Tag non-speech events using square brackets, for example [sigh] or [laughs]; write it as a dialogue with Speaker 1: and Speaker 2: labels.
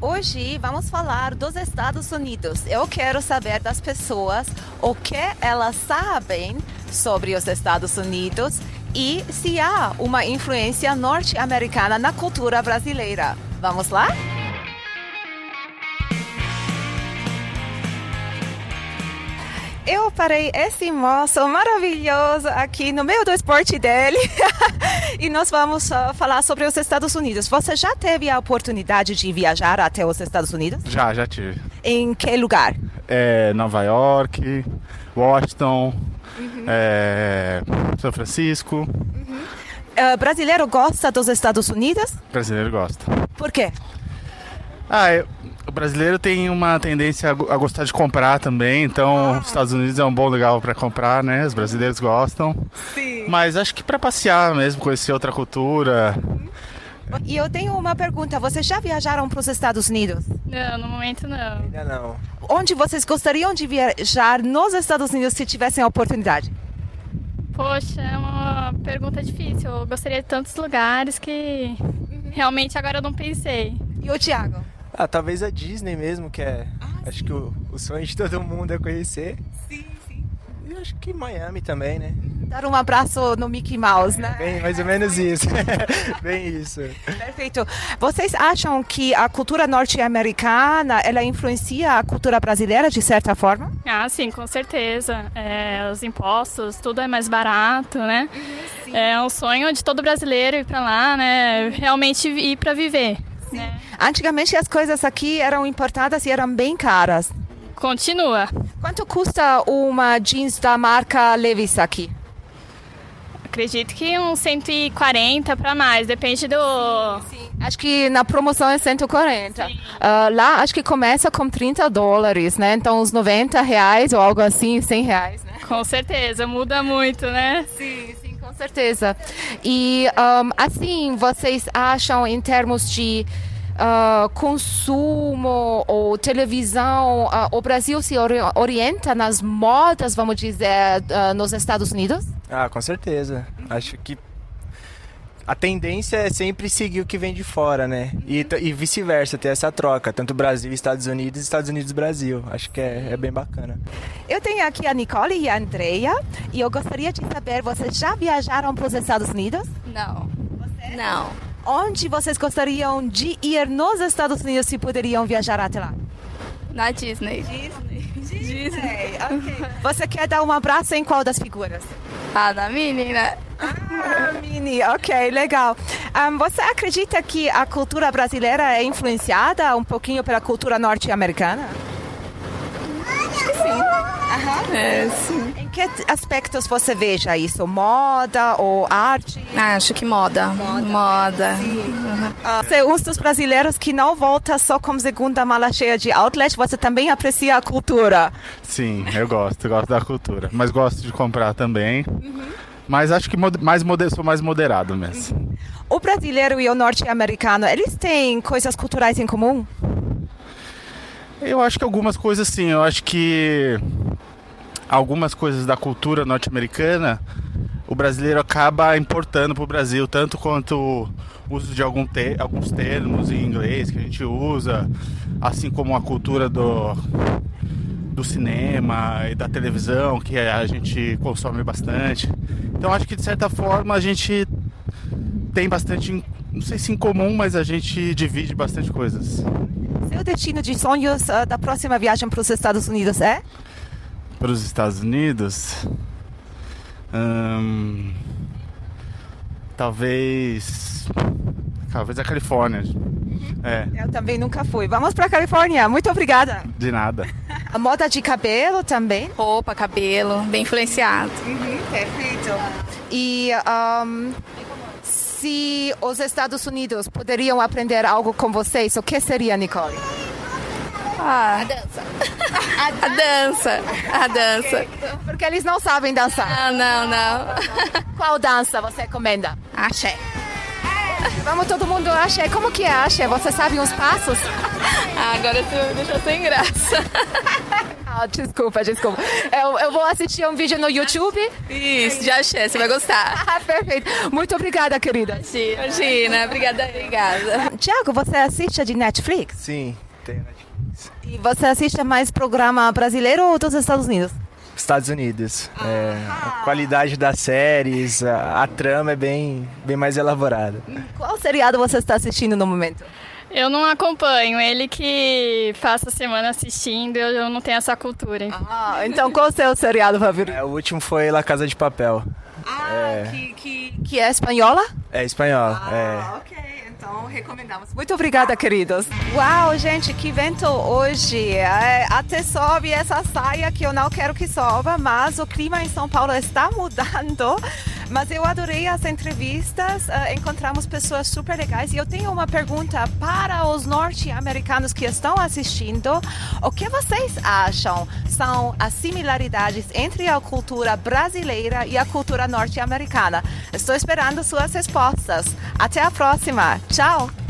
Speaker 1: Hoje vamos falar dos Estados Unidos. Eu quero saber das pessoas o que elas sabem sobre os Estados Unidos e se há uma influência norte-americana na cultura brasileira. Vamos lá? Eu parei esse moço maravilhoso aqui no meio do esporte dele [laughs] e nós vamos ah, falar sobre os Estados Unidos. Você já teve a oportunidade de viajar até os Estados Unidos?
Speaker 2: Já, já tive.
Speaker 1: Em que lugar?
Speaker 2: É, Nova York, Washington, é, São Francisco.
Speaker 1: Ah, brasileiro gosta dos Estados Unidos?
Speaker 2: O brasileiro gosta.
Speaker 1: Por quê?
Speaker 2: Ah, é, o brasileiro tem uma tendência a go- a gostar de comprar também, então os Estados Unidos é um bom lugar para comprar, né? Os brasileiros gostam.
Speaker 1: Sim.
Speaker 2: Mas acho que para passear mesmo, conhecer outra cultura.
Speaker 1: E eu tenho uma pergunta. Vocês já viajaram para os Estados Unidos?
Speaker 3: Não, no momento não.
Speaker 4: Ainda não.
Speaker 1: Onde vocês gostariam de viajar nos Estados Unidos se tivessem a oportunidade?
Speaker 3: Poxa, é uma pergunta difícil. Eu gostaria de tantos lugares que realmente agora eu não pensei.
Speaker 1: E o Thiago?
Speaker 4: Ah, talvez a Disney mesmo, que é. acho que o, o sonho de todo mundo é conhecer.
Speaker 1: Ah, Sim, sim.
Speaker 4: E acho que Miami também, né?
Speaker 1: Dar um abraço no Mickey Mouse, né?
Speaker 4: Bem, mais ou menos isso. [laughs] Bem isso.
Speaker 1: Perfeito. Vocês acham que a cultura norte-americana ela influencia a cultura brasileira de certa forma?
Speaker 3: Ah, sim, com certeza. É, os impostos, tudo é mais barato, né? É um sonho de todo brasileiro ir pra lá, né? Realmente ir pra viver. né?
Speaker 1: Antigamente as coisas aqui eram importadas e eram bem caras.
Speaker 3: Continua.
Speaker 1: Quanto custa uma jeans da marca Levi's aqui?
Speaker 3: Acredito que uns 140 pra mais, depende do.
Speaker 1: Acho que na promoção é 140. Ah, lá acho que começa com 30 dólares, né? Então uns 90 reais ou algo assim, 100 reais, né?
Speaker 3: Com certeza, muda muito, né?
Speaker 1: Sim, sim, com certeza. E ahm, assim, vocês acham em termos de ah, consumo ou televisão, ah, o Brasil se ori- orienta nas modas, vamos dizer, ah, nos Estados Unidos?
Speaker 4: Ah, com certeza.
Speaker 1: Uhum.
Speaker 4: Acho que a tendência é sempre seguir o que vem de fora, né? E,
Speaker 1: Uhum.
Speaker 4: t- e vice-versa, ter essa troca. Tanto Brasil e Estados Unidos, Estados Unidos e Brasil. Acho que é, é bem bacana.
Speaker 1: Eu tenho aqui a Nicole e a Andrea e eu gostaria de saber, vocês já viajaram para os Estados Unidos?
Speaker 5: Não. Não.
Speaker 1: Onde vocês gostariam de ir nos Estados Unidos se poderiam viajar até lá?
Speaker 5: Na Disney.
Speaker 1: Disney. ok. Você quer dar um abraço em qual das figuras?
Speaker 5: Ah, na menina.
Speaker 1: Ah, Mini, ok, legal. Ahn, você acredita que a cultura brasileira é influenciada um pouquinho pela cultura norte-americana?
Speaker 5: É, sim.
Speaker 1: Em que aspectos você veja isso? Moda ou arte?
Speaker 5: Ah, Acho que moda. Moda. moda.
Speaker 1: Ah, Você é um dos brasileiros que não volta só com segunda mala cheia de outlet, você também aprecia a cultura.
Speaker 2: Sim, eu gosto, gosto da cultura. Mas gosto de comprar também. Mas acho que mod- mais mode- sou mais moderado mesmo.
Speaker 1: O brasileiro e o norte-americano, eles têm coisas culturais em comum?
Speaker 2: Eu acho que algumas coisas sim, eu acho que algumas coisas da cultura norte-americana o brasileiro acaba importando para o Brasil, tanto quanto o uso de algum te- alguns termos em inglês que a gente usa, assim como a cultura do, do cinema e da televisão, que a gente consome bastante. Então acho que de certa forma a gente tem bastante, em- não sei se em comum, mas a gente divide bastante coisas.
Speaker 1: Seu destino de sonhos ah, da próxima viagem para os Estados Unidos é?
Speaker 2: para os Estados Unidos, ahn, talvez, talvez a Califórnia. É,
Speaker 1: Eu também nunca fui. Vamos para Califórnia. Muito obrigada.
Speaker 2: de nada.
Speaker 1: A moda de cabelo também.
Speaker 5: Roupa, cabelo, bem influenciado.
Speaker 1: perfeito. E ahm, se os Estados Unidos poderiam aprender algo com vocês, o que seria, Nicole?
Speaker 5: Ah. A dança. [laughs] A dança. A dança.
Speaker 1: Porque eles não sabem dançar.
Speaker 5: Ah, não, não.
Speaker 1: Qual dança você recomenda?
Speaker 5: Axé.
Speaker 1: Vamos todo mundo axé. Como que é axé? Você sabe os passos?
Speaker 5: Ah, agora tu deixou sem graça.
Speaker 6: Ah, desculpa, desculpa. Eu, eu vou assistir um vídeo no YouTube.
Speaker 5: Isso, já achei, você vai gostar.
Speaker 6: Ah, perfeito. Muito obrigada, querida.
Speaker 5: Imagina, obrigada, obrigada.
Speaker 1: Tiago, você assiste de Netflix?
Speaker 4: Sim, tem né? Netflix.
Speaker 1: E você assiste mais programa brasileiro ou dos Estados Unidos?
Speaker 4: Estados Unidos. É, a qualidade das séries, a, a trama é bem, bem mais elaborada.
Speaker 1: Qual seriado você está assistindo no momento?
Speaker 3: Eu não acompanho, ele que passa a semana assistindo, eu eu não tenho essa cultura.
Speaker 1: Ah, então qual o seu seriado favorito?
Speaker 4: É, o último foi La Casa de Papel.
Speaker 1: Ah, Que, que, que é espanhola?
Speaker 4: É espanhol.
Speaker 1: Ah.
Speaker 4: é.
Speaker 1: ok. Então recomendamos. Muito obrigada, queridos. Uau, gente, que vento hoje. É, até sobe essa saia que eu não quero que sova, mas o clima em São Paulo está mudando. Mas eu adorei as entrevistas, ah, encontramos pessoas super legais. E eu tenho uma pergunta para os norte-americanos que estão assistindo: o que vocês acham são as similaridades entre a cultura brasileira e a cultura norte-americana? Estou esperando suas respostas. Até a próxima. Tchau!